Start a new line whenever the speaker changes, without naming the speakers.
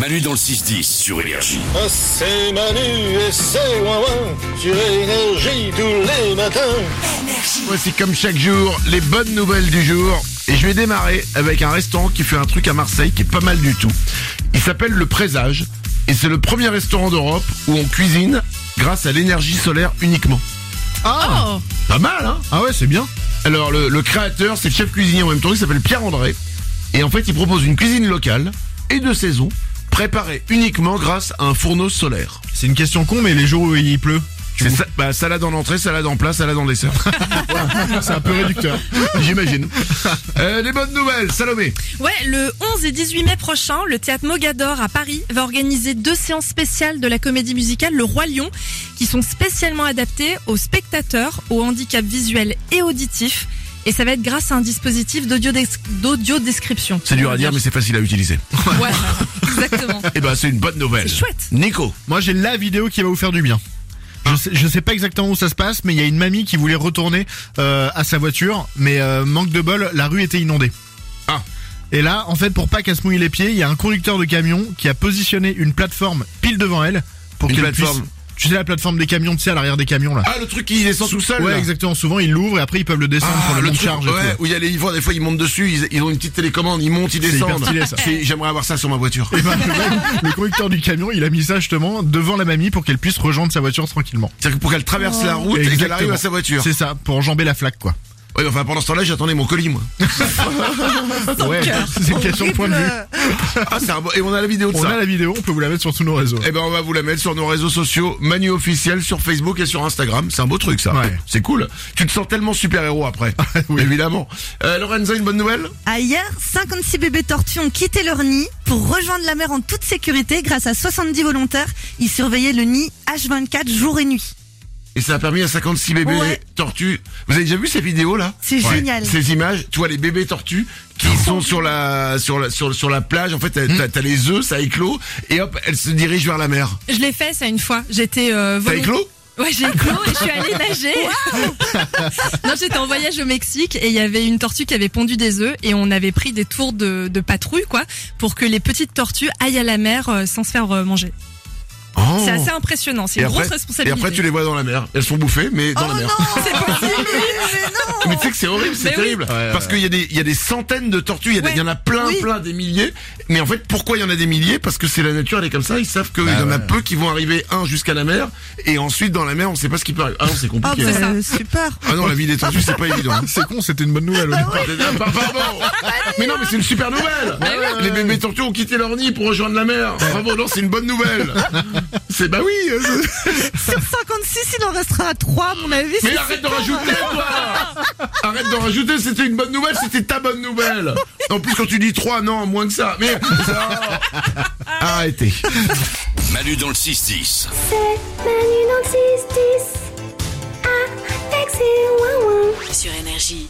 Manu dans le 6-10 sur Énergie.
Ah, c'est Manu et c'est Wawa sur Énergie tous les matins.
Voici comme chaque jour les bonnes nouvelles du jour. Et je vais démarrer avec un restaurant qui fait un truc à Marseille qui est pas mal du tout. Il s'appelle le Présage. Et c'est le premier restaurant d'Europe où on cuisine grâce à l'énergie solaire uniquement.
Oh
Pas mal, hein Ah ouais, c'est bien. Alors, le, le créateur, c'est le chef cuisinier en même temps, il s'appelle Pierre André. Et en fait, il propose une cuisine locale et de saison, préparée uniquement grâce à un fourneau solaire.
C'est une question con, mais les jours où il pleut,
C'est ça, bah, salade en entrée, salade en plat, salade en dessert. c'est un peu réducteur. J'imagine. Euh, les bonnes nouvelles, Salomé.
Ouais, le 11 et 18 mai prochain, le théâtre Mogador à Paris va organiser deux séances spéciales de la comédie musicale Le Roi Lion, qui sont spécialement adaptées aux spectateurs, aux handicaps visuels et auditifs. Et ça va être grâce à un dispositif d'audio description.
C'est dur à dire, mais c'est facile à utiliser.
Ouais, exactement.
Eh ben, c'est une bonne nouvelle.
C'est chouette.
Nico.
moi j'ai la vidéo qui va vous faire du bien. Je
Ah.
sais, je sais pas exactement où ça se passe, mais il y a une mamie qui voulait retourner euh, à sa voiture, mais euh, manque de bol, la rue était inondée.
Ah.
Et là, en fait, pour pas qu'elle se mouille les pieds, il y a un conducteur de camion qui a positionné une plateforme pile devant elle pour
Une
qu'elle puisse.
plateforme.
Tu sais la plateforme des camions, tu sais à l'arrière des camions là.
Ah, le truc qui descend tout seul.
ouais,
là.
exactement. Souvent ils l'ouvrent et après ils peuvent le descendre
Ah,
pour le,
le
monte
truc,
charge. et
ouais,
tout.
où il y a les ivoires, des fois ils montent dessus, ils, ils ont une petite télécommande, ils montent, ils
C'est hyper
descendent.
stylé, ça.
C'est- J'aimerais avoir ça sur ma voiture.
Et ben, le mec- le conducteur du camion, il a mis ça justement devant la mamie pour qu'elle puisse rejoindre sa voiture tranquillement.
C'est-à-dire que pour qu'elle traverse la route et qu'elle
Exactement.
arrive à sa voiture.
C'est ça, pour enjamber la flaque quoi.
Ouais, enfin pendant ce temps-là, j'attendais mon colis moi.
Ouais, c'est
euh,
une question de point de vue.
Ah, c'est un bon- Et on a la vidéo de
On
ça.
a la vidéo, on peut vous la mettre sur tous nos réseaux.
Eh ben on va vous la mettre sur nos réseaux sociaux, Manu officiel sur Facebook et sur Instagram. C'est un beau truc ça.
Ouais.
C'est cool. Tu te sens tellement super héros après. Évidemment. Euh, Lorenza, une bonne nouvelle
Ailleurs, 56 bébés tortues ont quitté leur nid pour rejoindre la mer en toute sécurité grâce à 70 volontaires. Ils surveillaient le nid H24 jour et nuit.
Et ça a permis à 56 bébés
Ouais.
tortues. Vous avez déjà vu ces vidéos là
C'est génial.
Ces images, tu vois les bébés tortues qui sont sur la sur la sur, sur la plage. En fait, t'as t'as- t'as les œufs, ça éclot et hop, elles se dirigent vers la mer.
Je l'ai fait ça une fois. J'étais euh,
T'as
volont-
éclos
Ouais, j'ai éclos et je suis allée nager. non, j'étais en voyage au Mexique et il y avait une tortue qui avait pondu des œufs et on avait pris des tours de, de patrouille, quoi, pour que les petites tortues aillent à la mer euh, sans se faire euh, manger.
Oh.
C'est assez impressionnant, c'est une
après,
grosse
et
responsabilité.
après, tu les vois dans la mer. Elles sont bouffées, mais dans
oh
la mer.
non, c'est possible,
Mais tu sais que c'est horrible, c'est
Mais oui.
terrible. Parce qu'il y, a des- il y a des centaines de tortues, il y, a des-
Ouais.
il y en a plein,
Oui.
plein, des milliers. Mais en fait, pourquoi il y en a des milliers Parce que c'est la nature, elle est comme ça. Ils savent qu'il y en a peu qui vont arriver, un, jusqu'à la mer. Et ensuite, dans la mer, on sait pas ce qui peut arriver. Ah non, c'est
Ah
compliqué.
bah,
Oh, ça.
euh, super.
Ah non, la vie des tortues, c'est pas évident. hein.
C'est con, c'était une bonne nouvelle. au départ.
Ah, Pardon Mais non, Bah mais c'est une super nouvelle Les bébés tortues ont quitté leur nid pour rejoindre la mer. Bravo, non, c'est une bonne nouvelle. C'est bah oui. euh, c'est-
Sur 56, il en restera 3 à mon avis.
Mais
c'est
arrête d'en
super.
rajouter, toi Arrête d'en rajouter, c'était une bonne nouvelle, c'était ta bonne nouvelle En plus, quand tu dis 3, non, moins que ça. Mais... Arrêtez.
Manu dans le 6-10.
C'est Manu dans le 6-10 avec ses ouin-ouin.
Sur énergie.